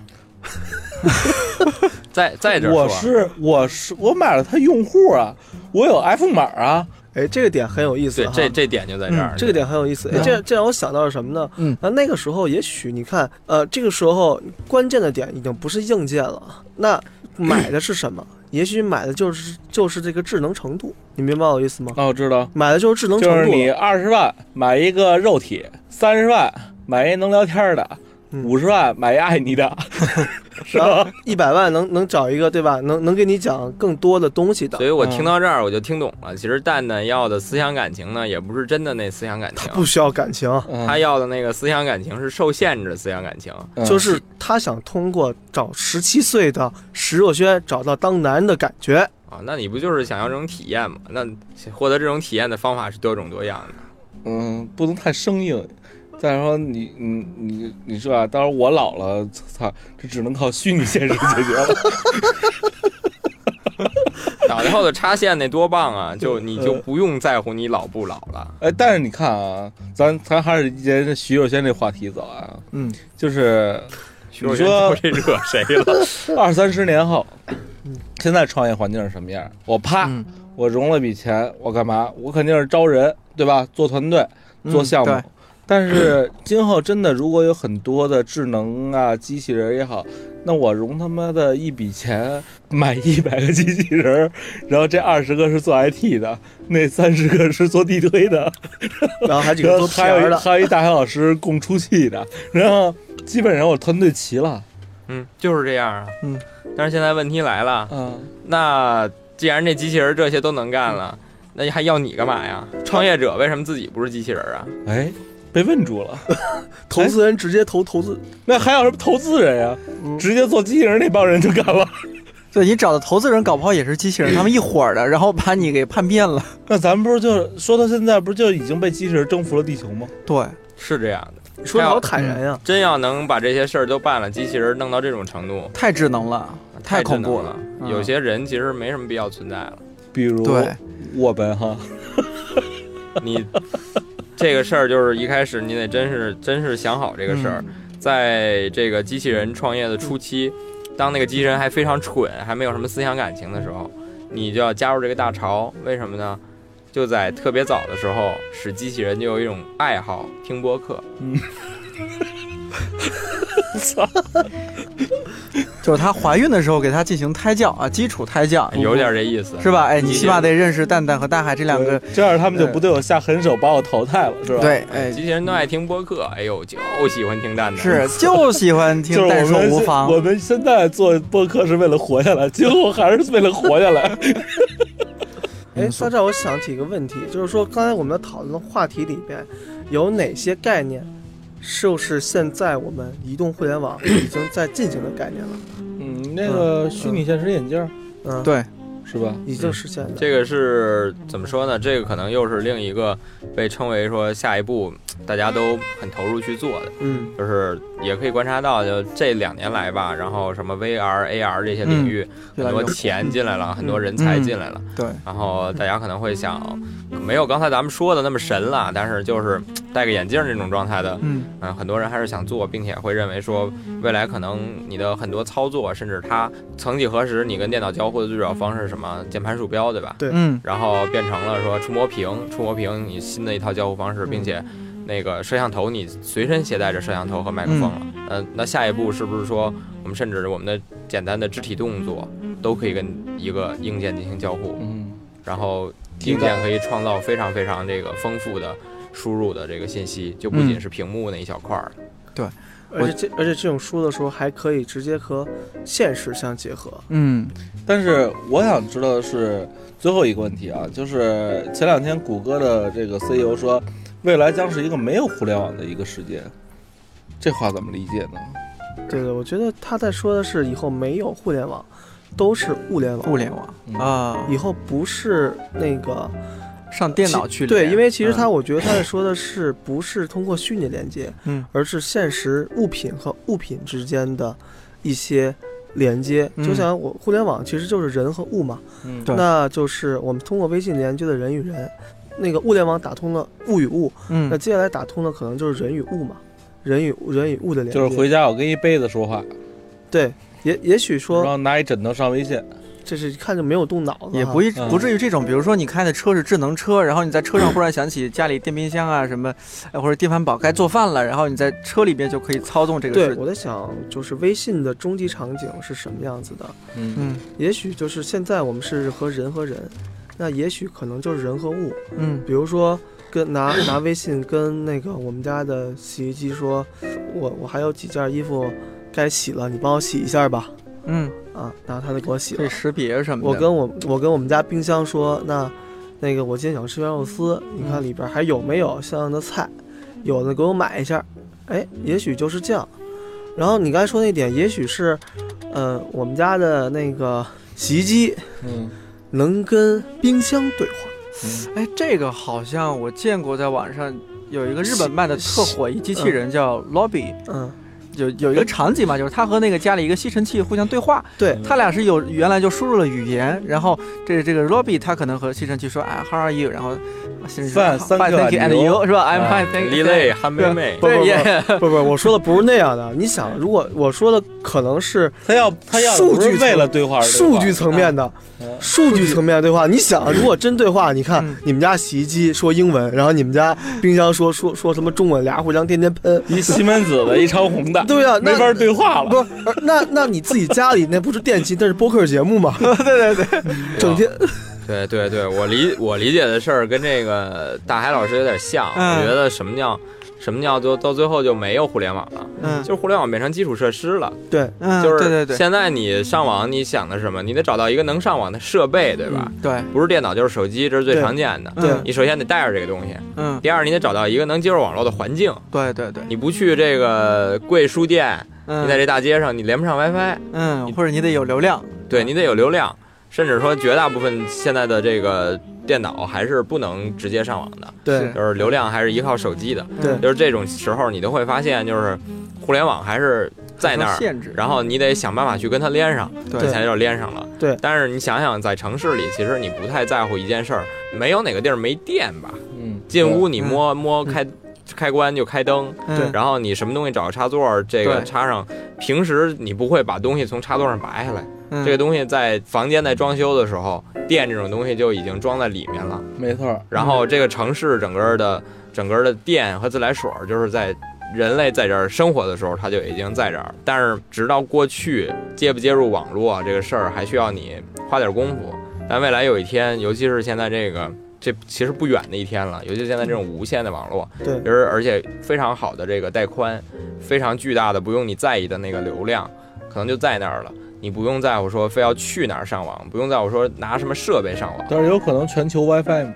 I: 在在这儿
F: 我
I: 说啊
F: 是我是我买了他用户啊，我有 F 码啊，
G: 哎，这个点很有意思
I: 对
G: 哈。
I: 这这点就在这儿，
G: 这个点很有意思，
F: 啊
G: 哎，这这让我想到了什么呢？
H: 嗯，
G: 那那个时候也许你看，呃，这个时候关键的点已经不是硬件了，那买的是什么？ 也许买的就是就是这个智能程度，你明白我意思吗？
F: 那我知道，
G: 买的就是智能程
F: 就是
G: 度
F: 你
G: 了，
F: 二十万买一个肉体，三十万买一能聊天的，
G: 嗯
F: 五十万买一爱你 的，是
G: 然
F: 吧
G: 后？一百万能能找一个对吧？能能给你讲更多的东西的
I: 所，以我听到这儿我就听懂了。其实蛋蛋要的思想感情呢，也不是真的那思想感情，
G: 不需要感情，
I: 他
F: 嗯，
I: 要的那个思想感情是受限制的思想感情。
F: 嗯
G: 就是他想通过找十七岁的石若轩找到当男人的感觉。
I: 啊，那你不就是想要这种体验吗？那获得这种体验的方法是多种多样的。
F: 嗯，不能太生硬。再说你你你你说啊，到时候我老了，操，这只能靠虚拟现实解决了。
I: 脑袋后头插线那多棒啊！就你就不用在乎你老不老了。
F: 哎，但是你看啊，咱咱还是沿着徐若瑄这话题走啊，
H: 嗯，
F: 就是
I: 徐若
F: 你
I: 瑄
F: 说
I: 这惹谁了？
F: 二三十年后，现在创业环境是什么样？我啪，
H: 嗯
F: 我融了笔钱，我干嘛？我肯定是招人，对吧？做团队，做项目。
H: 嗯对
F: 但是今后真的如果有很多的智能啊机器人也好，那我融他妈的一笔钱买 一百个机器人儿，然后这二十个是做 IT 的，那三十个是做地推的，
G: 然后还 几个
F: 然后
G: 做
F: 还有
G: PR
F: 一
G: 的，
F: 还有一大学老师供出气的，然后基本上我团队齐了，
I: 嗯，就是这样啊。
F: 嗯，
I: 但是现在问题来了，
F: 嗯，
I: 那既然这机器人这些都能干
H: 嗯
I: 了，那还要你干嘛呀？创业者为什么自己不是机器人啊？
F: 哎，被问住了。
G: 投资人直接投投资，
F: 那还有什么投资人呀、
H: 嗯
F: 直接做机器人那帮人就干了。
H: 对你找的投资人，搞不好也是机器人，他们一伙儿的，然后把你给叛变了。
F: 那咱们不是就说到现在，不是就已经被机器人征服了地球吗？
H: 对，
I: 是这样的，
G: 说的好坦然呀。
I: 真要能把这些事儿都办了，机器人弄到这种程度，
H: 太智能了，太恐怖
I: 智能了。
H: 嗯
I: 有些人其实没什么必要存在了。
F: 比如
H: 对，
F: 我们哈，
I: 你这个事儿就是一开始你得真是真是想好这个事儿，
H: 嗯
I: 在这个机器人创业的初期，当那个机器人还非常蠢，还没有什么思想感情的时候，你就要加入这个大潮。为什么呢？就在特别早的时候，使机器人就有一种爱好，听播客。
H: 就是她怀孕的时候给她进行胎教啊，基础胎教，
I: 有点这意思，
H: 是吧？哎，
I: 哎
H: 你
I: 理解
H: 起码得认识蛋蛋和大海这两个。
F: 对这样他们就不对我下狠手把我淘汰了，是吧？，
H: 对，哎
I: 机，器人都爱听播客，哎呦，就喜欢听蛋蛋。
H: 是就喜欢
F: 就是
H: 听
F: 我
H: 但
F: 们
H: 说
F: 现
H: 无妨
F: 我。们现在做播客是为了活下来，结果还是为了活下来。
H: 嗯
G: 哎，说到这儿我想起一个问题，就是说刚才我们讨论的话题里边，有哪些概念，就是现在我们移动互联网已经在进行的概念了？
F: 嗯，那个虚拟现实眼镜儿
G: 嗯，，
H: 对，
F: 是吧？
G: 已经实现了。
I: 这个是怎么说呢？这个可能又是另一个被称为说下一步大家都很投入去做的，
G: 嗯，
I: 就是也可以观察到，就这两年来吧，然后什么 VR、AR 这些领域，
H: 越来
I: 很
H: 越
I: 多钱进来了，很多人才进来了，
H: 对，
I: 然后大家可能会想，没有刚才咱们说的那么神了，但是就是戴个眼镜这种状态的，
H: 嗯，
I: 嗯，很多人还是想做，并且会认为说，未来可能你的很多操作，甚至它曾几何时，你跟电脑交互的最主要方式是什么？键盘、鼠标，对吧？
G: 对
H: 嗯，
I: 然后变成了说触摸屏，触摸屏你新的一套交互方式，并且那个摄像头你随身携带着摄像头和麦克风了。嗯、那下一步是不是说我们甚至我们的简单的肢体动作都可以跟一个硬件进行交互，
F: 嗯，
I: 然后硬件可以创造非常非常这个丰富的输入的这个信息，就不仅
H: 嗯
I: 是屏幕那一小块儿了。
G: 而且这而且这种书的时候还可以直接和现实相结合。
H: 嗯，
F: 但是我想知道的是最后一个问题啊，就是前两天谷歌的这个 CEO 说，未来将是一个没有互联网的一个世界，这话怎么理解呢？
G: 对对，我觉得他在说的是以后没有互联网，都是物联网。
H: 物联网
F: 嗯
H: 啊，
G: 以后不是那个
H: 上电脑去
G: 其对，
H: 连
G: 因为其实他，
H: 嗯
G: 我觉得他在说的是不是通过虚拟连接，
H: 嗯，
G: 而是现实物品和物品之间的一些连接。
H: 嗯
G: 就像我互联网其实就是人和物嘛，
F: 嗯
H: 对
G: 那就是我们通过微信连接的人与人，那个物联网打通了物与物，那
H: 嗯，
G: 接下来打通的可能就是人与物嘛，人与人与物的连接。
F: 就是回家我跟一杯子说话，
G: 对，也也许
F: 然
G: 说
F: 后拿一枕头上微信，
G: 这是看着没有动脑子哈，
H: 也不一
F: 嗯
H: 不至于这种，比如说你开的车是智能车，然后你在车上忽然想起家里电冰箱啊什么，呃或者电饭煲该做饭了，然后你在车里边就可以操纵这个
G: 对，
H: 事。
G: 我在想，就是微信的终极场景是什么样子的？
F: 嗯，
H: 嗯
G: 也许就是现在我们是和人和人，那也许可能就是人和物，
H: 嗯
G: 比如说跟拿 拿微信跟那个我们家的洗衣机说，我我还有几件衣服该洗了，你帮我洗一下吧，
H: 嗯，
G: 啊，然后他就给我洗
H: 可以
G: 了。
H: 识别什么的。
G: 我跟我我跟我们家冰箱说，那那个我今天想吃羊肉丝，你看里边还有没有像样的菜，有的给我买一下。哎，也许就是这样。然后你刚才说那点，也许是，呃，我们家的那个洗衣机
F: 嗯
G: 能跟冰箱对话，
H: 哎，这个好像我见过，在网上有一个日本卖的特火一机器人叫 Lobby，
G: 嗯，
H: 有有一个场景嘛，就是他和那个家里一个吸尘器互相对话，
G: 对
H: 他俩是有原来就输入了语言，然后这这个 Robbie 他可能和吸尘器说哎 How are you，然后吸尘器说啊
F: Fine,
H: "Fine,
F: thank you,
H: thank you
F: and
H: and
F: you
H: you 是吧？I'm
I: 哎
G: 嗯
H: fine, thank
I: 李
H: you。
I: 磊、韩梅梅，
G: 不不
H: 对
G: 不
H: 也
G: 不不，我说的不是那样的。你想，如果我说的可能是
F: 他要他要
G: 数
F: 不是
G: 据
F: 为
G: 层
F: 了对话而对
G: 数
F: 话
G: 据层面的
F: 嗯，
G: 数据层面的对话。你想，啊如果真对话，你看
H: 嗯
G: 你们家洗衣机说英文，然后你们家冰箱说说说什么中文，俩互相天天喷。
F: 一西门子的，一长虹的，
G: 对啊呀那
F: 没法对话了。
G: 不是，而那那你自己家里那不是电器，那是播客节目嘛？对对对，整天
I: 对对 对，我理我理解的事儿跟这个大海老师有点像，
H: 嗯
I: 我觉得什么叫什么叫做到最后就没有互联网了，
H: 嗯
I: 就是互联网变成基础设施了。
G: 对
H: 嗯，
I: 就是
H: 对对对，
I: 现在你上网，你想的是什么？你得找到一个能上网的设备，对吧？
H: 嗯对，
I: 不是电脑就是手机，这是最
G: 对
I: 常见的。
G: 对
H: 嗯
I: 你首先得带着这个东西，
H: 嗯，
I: 第二你得找到一个能接受网络的环境。
H: 对对对，
I: 你不去这个贵书店，你在
H: 嗯
I: 这大街上你连不上 WiFi，
H: 嗯，或者你得有流量，
I: 对你得有流量，甚至说绝大部分现在的这个电脑还是不能直接上网的，
G: 对
I: 就是流量还是依靠手机的。
G: 对
I: 就是这种时候，你都会发现，就是互联网还是在那
H: 很受
I: 儿，
H: 限制，
I: 然后你得想办法去跟它连上，
H: 对
I: 这才叫连上了。
G: 对
I: 但是你想想，在城市里，其实你不太在乎一件事儿，没有哪个地儿没电吧？
F: 嗯，
I: 进屋你摸摸开开关就开灯，
H: 嗯
I: 然后你什么东西找个插座，这个
H: 对
I: 插上。平时你不会把东西从插座上拔下来，
H: 嗯
I: 这个东西在房间在装修的时候，电这种东西就已经装在里面了。
F: 没错儿。
I: 然后这个城市整个的整个的电和自来水儿，就是在人类在这儿生活的时候，它就已经在这儿。但是直到过去接不接入网络这个事儿，还需要你花点功夫。但未来有一天，尤其是现在这个。这其实不远的一天了，尤其现在这种无线的网络，
G: 对
I: 就是而且非常好的这个带宽，非常巨大的不用你在意的那个流量，可能就在那儿了。你不用在乎说非要去哪儿上网，不用在乎说拿什么设备上网，
F: 但是有可能全球 WiFi 嘛，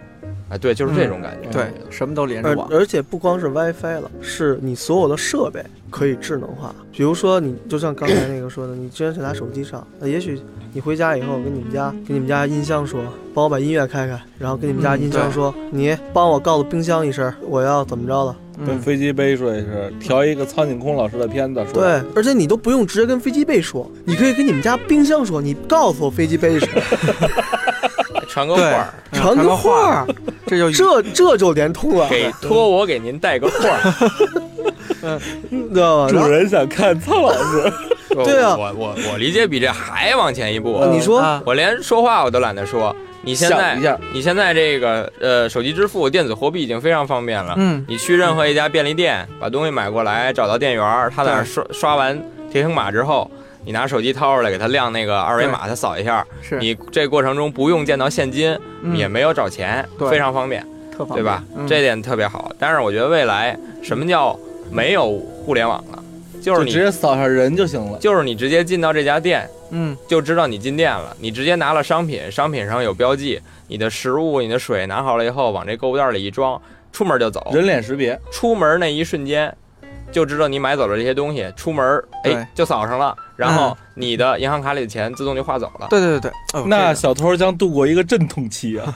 I: 哎，对，就是这种感觉。
H: 对，什么都连着
G: 而
H: 网，
G: 而且不光是 WiFi 了，是你所有的设备可以智能化。比如说，你就像刚才那个说的，你之前是拿手机上，那也许你回家以后跟你们家跟你们家音箱说，帮我把音乐开开，然后跟你们家
H: 嗯
G: 音箱
H: 对
G: 说，你帮我告诉冰箱一声，我要怎么着了。
F: 跟
H: 嗯
F: 飞机杯说也是调一个苍井空老师的片子，说
G: 对，而且你都不用直接跟飞机杯说，你可以跟你们家冰箱说，你告诉我飞机杯是什么，
I: 传个话
H: 对
I: 儿，
H: 嗯
G: 传个话儿，
H: 这就
G: 这这就连通了，
I: 给托我给您带个话儿。
G: 知道吧？然
F: 主
G: 后
F: 人想看苍老师，
G: 对啊嗯
I: 我我我理解比这还往前一步。
G: 你说
H: 啊
I: 我连说话我都懒得说。你现在
F: 想一下，
I: 你现在这个呃手机支付、电子货币已经非常方便了。
H: 嗯
I: 你去任何一家便利店把东西买过来，找到店员儿，他在那儿
H: 对
I: 刷刷完提醒码之后，你拿手机掏出来给他亮那个二维
H: 对
I: 码，他扫一下。
H: 是
I: 你这过程中不用见到现金，
H: 嗯
I: 也没有找钱，
H: 对
I: 非常方便。
H: 特方
I: 对
H: 便
I: 吧？
H: 嗯
I: 这点特别好。但是我觉得未来什么叫没有互联网了？就是
F: 就直
I: 你，
F: 接扫下人就行了。
I: 就是你直接进到这家店，
H: 嗯
I: 就知道你进店了。你直接拿了商品，商品上有标记，你的食物、你的水拿好了以后，往这购物袋里一装，出门就走。
F: 人脸识别，
I: 出门那一瞬间，就知道你买走了这些东西。出门，哎
H: 对，
I: 就扫上了，然
F: 嗯
I: 后你的银行卡里的钱自动就划走了。
H: 对对对对，哦
F: 那
H: 这
F: 小偷将度过一个阵痛期啊，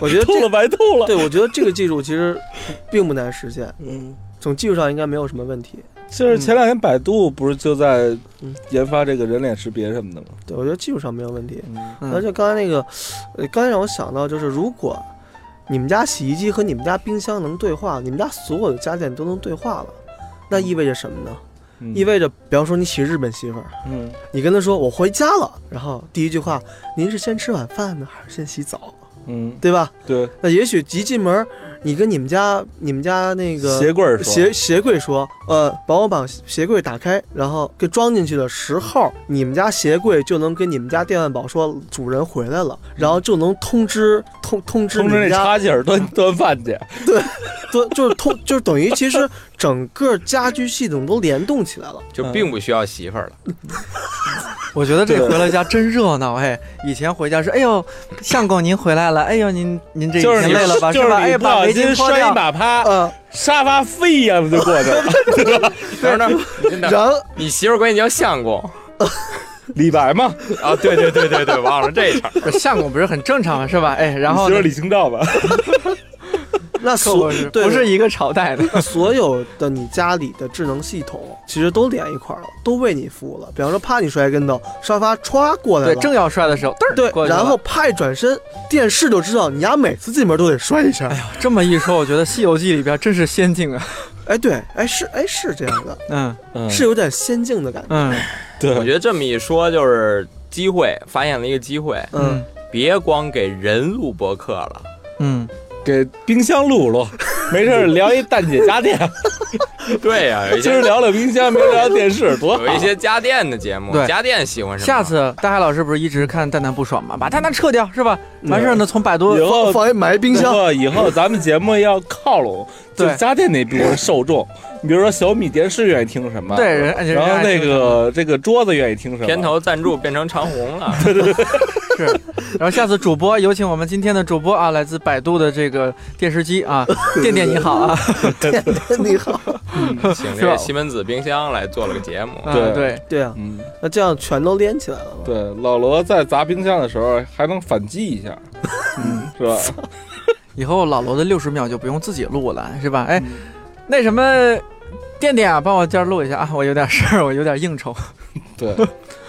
G: 我觉得
F: 吐
G: 这
F: 了白吐了。
G: 对，我觉得这个技术其实并不难实现。
F: 嗯，
G: 从技术上应该没有什么问题。
F: 就是前两天百度不是就在
G: 嗯
F: 研发这个人脸识别什么的吗？
G: 对，我觉得技术上没有问题。
F: 嗯，
H: 嗯
G: 而且刚才那个，呃，刚才让我想到就是，如果你们家洗衣机和你们家冰箱能对话，你们家所有的家电都能对话了，那意味着什么呢？意味着，比方说你娶日本媳妇儿，
F: 嗯，
G: 你跟她说我回家了，然后第一句话，您是先吃晚饭呢，还是先洗澡，
F: 嗯，
G: 对吧？
F: 对，
G: 那也许一进门，你跟你们家你们家那个
F: 鞋柜儿说啊
G: 鞋鞋柜说，呃，帮我把鞋柜打开，然后给装进去的时候，你们家鞋柜就能跟你们家电饭煲说主人回来了，然后就能通知通通知
F: 冲
G: 你
F: 着那
G: 们家，
F: 插件儿端端饭去。
G: 对，就是通 就是等于其实整个家居系统都联动起来了。
I: 就并不需要媳妇儿了，
H: 我觉得这
F: 对
H: 回了家真热闹哎！以前回家是哎呦，相公您回来了，哎呦您您这一
F: 就是
H: 天
F: 你
H: 累了吧？
F: 就是
H: 吧？
F: 是
H: 哎，
F: 你不
H: 把
F: 小
H: 围巾
F: 心
H: 脱
F: 摔一
H: 掉。
F: 马趴，
G: 呃，
F: 沙发飞一样就过去了。
I: 然后呢， 你真的
G: 然后
I: 你媳妇儿管你叫相公
F: 李白嘛，
I: 啊？对对对对对，忘了这一茬儿。
H: 不是相公不是很正常吗？是吧？哎，然后
F: 你媳妇
H: 呢
F: 儿李清照吧，
G: 那所
H: 不是
G: 对
H: 不是一个朝代的。
G: 那所有的你家里的智能系统其实都连一块儿了，都为你服务了。比方说，啪，你摔跟头，沙发歘过来
H: 对，
G: 了，
H: 正要摔的时候，嘚儿
G: 对
H: 过去了
G: 然后啪一转身，电视就知道你家每次进门都得摔一下。哎
H: 这么一说，我觉得《西游记》里边真是先进啊。
G: 对，哎是哎是这样的，
H: 嗯
F: 嗯，
G: 是有点先进的感觉。
H: 嗯
I: 我
F: 对，
I: 觉得这么一说就是机会，发现了一个机 会，
G: 嗯，
I: 别光给人录播客了，
H: 嗯，
F: 给冰箱录录，没事儿聊一蛋姐家电，
I: 对 呀、有一
F: 今儿
I: 些
F: 聊聊冰箱，明儿聊聊电视，多好
I: 哎 有一些家电的节目，
H: 对
I: 家电喜欢什么？
H: 下次大海老师不是一直看蛋蛋不爽吗？把蛋蛋撤掉是吧？完事儿呢，从百度
F: 以后
G: 放放一埋冰箱，
F: 以后咱们节目要靠拢，就
H: 对
F: 家电那部分受众，你比如说小米电视愿意听什么，
H: 对人
F: 然
H: 人家
F: 后
H: 爱
F: 那
H: 听什么
F: 个这个桌子愿意听什么，
I: 片头赞助变成长虹 了，
H: 是，然后下次主播有请我们今天的主播啊，来自百度的这个电视机 啊，电电你好啊，
G: 你好，
I: 请
H: 是
I: 这
H: 吧
I: 个西门子冰箱来做了个节目。
H: 啊
F: 对
H: 对，
G: 对啊，
F: 嗯，
G: 那这样全都连起来了嘛。
F: 对，老罗在砸冰箱的时候还能反击一下，嗯，是吧？
H: 以后老罗的六十秒就不用自己录了，是吧？
G: 嗯
H: 哎，那什么，电电啊，帮我今儿录一下啊，我有点事儿，我有点应酬。
F: 对，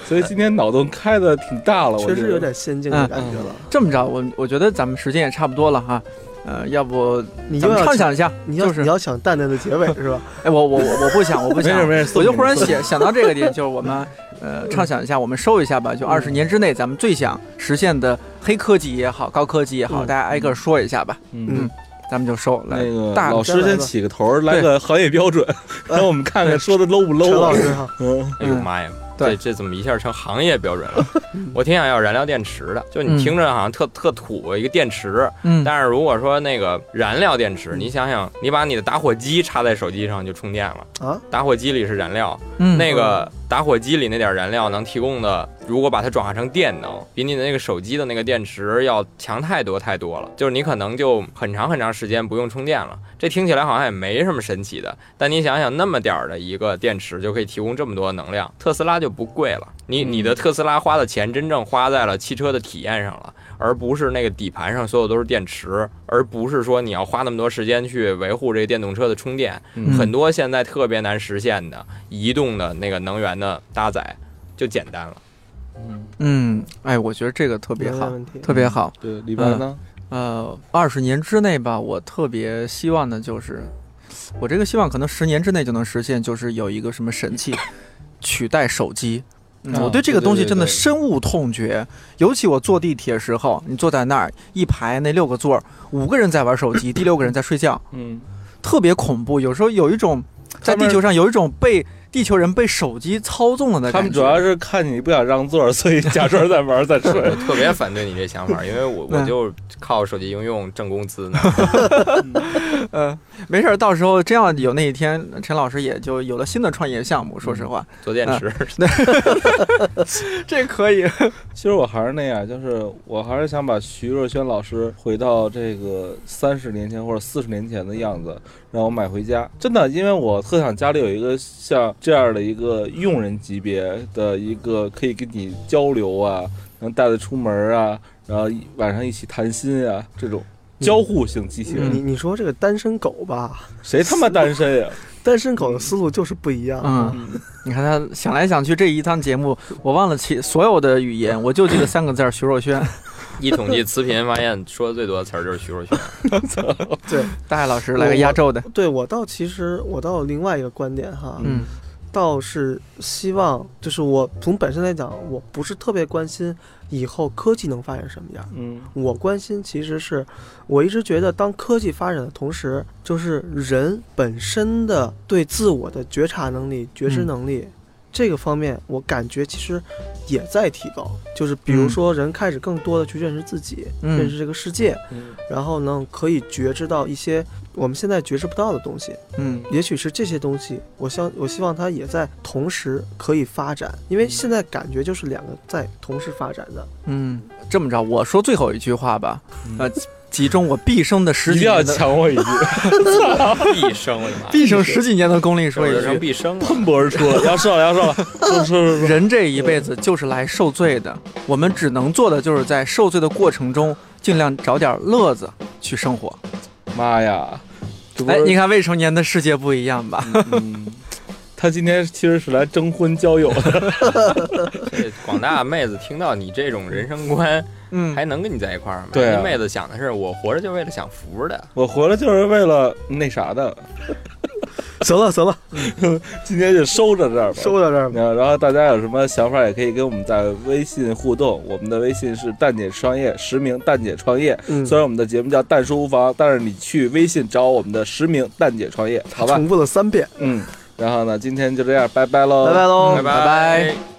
F: 所以今天脑洞开的挺大了，我
G: 确
F: 觉
G: 实
F: 得
G: 有点先进的感觉了。
H: 这么着，我我觉得咱们时间也差不多了哈，呃，要不
G: 你
H: 咱
G: 又
H: 们
G: 要
H: 畅想一下，
G: 你要、
H: 就是
G: 你要想蛋蛋的结 尾是吧？
H: 哎，我我我我不想，我不
F: 没
H: 想
F: 事，没事，
H: 我就忽然
F: 送你
H: 想想到这个点，就是我们呃畅想一下，我们收一下吧，就二十年之内咱们最想实现的黑科技也好，高科技也好，
G: 嗯
H: 大家挨个说一下吧，
F: 嗯。
H: 咱们就收来
F: 那。个
H: 大
F: 老师先起个头，来个行业标 准，
G: 对
F: 让我们看看说的 low
G: 陈
F: 不 low
G: 老
F: 啊。
G: 师 哈，
F: 嗯，
I: 哎呦
H: 嗯
I: 妈呀，
H: 对
I: 这这怎么一下成行业标准 了？我挺想要燃料电池的，就你听着好像特特土一个电池，
H: 嗯，
I: 但是如果说那个燃料电池，你想想，你把你的打火机插在手机上就充电了
G: 啊，
I: 打火机里是燃料，
H: 嗯
I: 那个打火机里那点燃料能提供的，如果把它转化成电能，比你的那个手机的那个电池要强太多太多了。就是你可能就很长很长时间不用充电了。这听起来好像也没什么神奇的，但你想想，那么点儿的一个电池就可以提供这么多能量，特斯拉就不贵了。你你的特斯拉花的钱真正花在了汽车的体验上了。而不是那个底盘上所有都是电池，而不是说你要花那么多时间去维护这个电动车的充电，
H: 嗯
I: 很多现在特别难实现的移动的那个能源的搭载就简单了。
H: 嗯，哎，我觉得这个特别
G: 没
H: 好，
G: 问题。
H: 特别好。
F: 对，李白呢？
H: 呃，二十年之内吧，我特别希望的就是，我这个希望可能十年之内就能实现，就是有一个什么神器取代手机。嗯
F: 啊
H: 我对这个
F: 对对
H: 东西
F: 对
H: 真的
F: 对
H: 深恶痛绝，尤其我坐地铁时候，你坐在那儿一排那六个座儿，五个人在玩手机，第六个人在睡觉，
F: 嗯，
H: 特别恐怖。有时候有一种在
F: 他们
H: 地球上有一种被地球人被手机操纵了的感觉。
F: 他们主要是看你不想让座，所以假装在玩儿在睡。
I: 我特别反对你这想法，因为我我就靠手机应用挣工资呢。
H: 呃，没事儿，到时候真要有那一天，陈老师也就有了新的创业项目。说实话，
I: 做电池，
F: 嗯
H: 这可以。
F: 其实我还是那样，就是我还是想把徐若瑄老师回到这个三十年前或者四十年前的样子，让我买回家。真的，因为我特想家里有一个像这样的一个佣人级别的一个可以跟你交流啊，能带他出门啊，然后一晚上一起谈心啊这种
H: 嗯
F: 交互性机器人。
G: 你你说这个单身狗吧，
F: 谁他妈单身呀、
G: 单身狗的思路就是不一样。
H: 嗯，你看他想来想去这一趟节目，我忘了其所有的语言，我就记得三个字儿：徐若瑄。
I: 一统计词频发现说的最多的词儿就是徐若瑄。
H: 大海老师来个压轴的，
G: 对我倒其实我倒有另外一个观点哈，
H: 嗯
G: 倒是希望就是我从本身来讲，我不是特别关心以后科技能发展什么样。
F: 嗯
G: 我关心其实是，我一直觉得当科技发展的同时，就是人本身的对自我的觉察能力、觉知能力、这个方面，我感觉其实也在提高。就是比如说，人开始更多的去认识自己，
H: 嗯
G: 认识这个世界，
F: 嗯
G: 然后呢，可以觉知到一些我们现在觉知不到的东西。
H: 嗯
G: 也许是这些东西，我相我希望它也在同时可以发展，因为现在感觉就是两个在同时发展的。
H: 嗯，这么着，我说最后一句话吧，呃，集中我毕生的十
F: 一
H: 几
F: 定要
H: 年的
F: 抢我 一句，
I: 毕生，我的 妈呀！
H: 毕生十几年的功力
I: 我
H: 说一
I: 就成
H: 句：
I: 毕 生了。
F: 喷薄而出了，要射了，要射了，说说说说，
H: 人这一辈子就是来受罪的，我们只能做的就是在受罪的过程中，尽量找点乐子去生活。
F: 妈呀！这不
H: 哎
F: 是，
H: 你看未成年的世界不一样吧？
F: 嗯，他今天其实是来征婚交友的，
I: 这广大妹子听到你这种人生观，
H: 嗯，
I: 还能跟你在一块儿吗？
F: 对啊
I: 人妹子想的是，我活着就为了享福的。
F: 我活着就是为了那啥的，
G: 行了行了，
F: 今天就收着这儿吧。
G: 收到这儿吧。
F: 那然后大家有什么想法也可以跟我们在微信互动，我们的微信是蛋姐创业，实名蛋姐创业。
G: 嗯
F: 虽，然我们的节目叫蛋叔无妨，但是你去微信找我们的实名蛋姐创业，好吧？
G: 重复了三遍。
F: 嗯，然后呢，今天就这样，拜拜喽，
G: 拜拜喽，
I: 拜
H: 拜拜
I: 拜